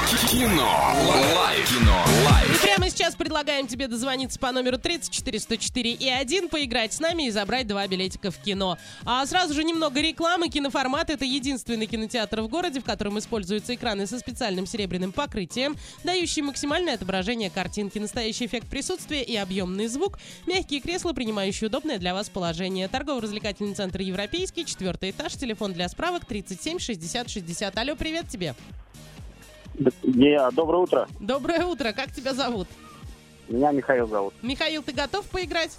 Кино. Лайф. Кино. И Лайф. прямо сейчас предлагаем тебе дозвониться по номеру 34104 и 1, поиграть с нами и забрать два билетика в кино. А сразу же немного рекламы. Киноформат — это единственный кинотеатр в городе, в котором используются экраны со специальным серебряным покрытием, дающие максимальное отображение картинки, настоящий эффект присутствия и объемный звук, мягкие кресла, принимающие удобное для вас положение. Торгово-развлекательный центр «Европейский», четвертый этаж, телефон для справок 37 60 60. Алло, привет тебе. Я, доброе утро. Доброе утро, как тебя зовут? Меня Михаил зовут. Михаил, ты готов поиграть?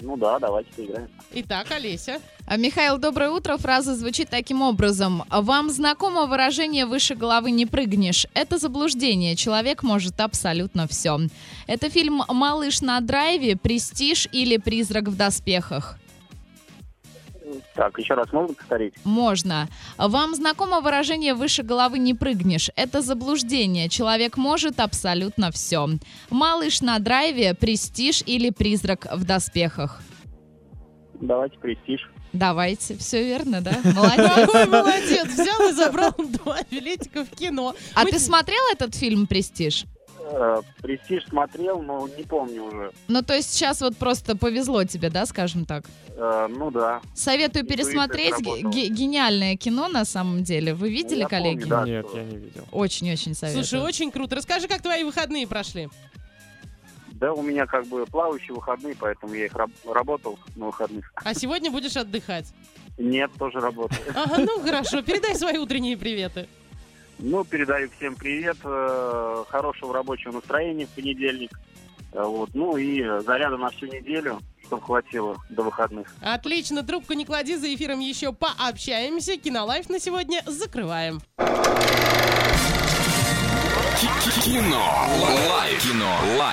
Ну да, давайте поиграем. Итак, Олеся. А, Михаил, доброе утро. Фраза звучит таким образом. Вам знакомо выражение «выше головы не прыгнешь». Это заблуждение. Человек может абсолютно все. Это фильм «Малыш на драйве», «Престиж» или «Призрак в доспехах». Так, еще раз можно повторить? Можно. Вам знакомо выражение «выше головы не прыгнешь». Это заблуждение. Человек может абсолютно все. «Малыш на драйве», «Престиж» или «Призрак в доспехах». Давайте престиж. Давайте. Все верно, да? Молодец. Какой молодец! Взял и забрал два билетика в кино. А Мы- ты смотрел этот фильм «Престиж»? Э, престиж смотрел, но не помню уже. Ну, то есть сейчас вот просто повезло тебе, да, скажем так? Э, ну да. Советую И то, и то пересмотреть. Ге- сработало. ге- гениальное кино, на самом деле. Вы видели, Я помню, коллеги? Да, Нет, что? я не видел. Очень-очень советую. Слушай, очень круто. Расскажи, как твои выходные прошли. Да, у меня как бы плавающие выходные, поэтому я их раб- работал на выходных. А сегодня будешь отдыхать. Нет, тоже работал. Ага, ну хорошо, передай свои утренние приветы. Ну, передаю всем привет, э, хорошего рабочего настроения в понедельник. Э, Вот, ну и э, заряда на всю неделю, чтобы хватило до выходных. Отлично, трубку не клади, за эфиром еще пообщаемся. Кинолайф на сегодня закрываем. Кино. Лайф. Кино. Лайф.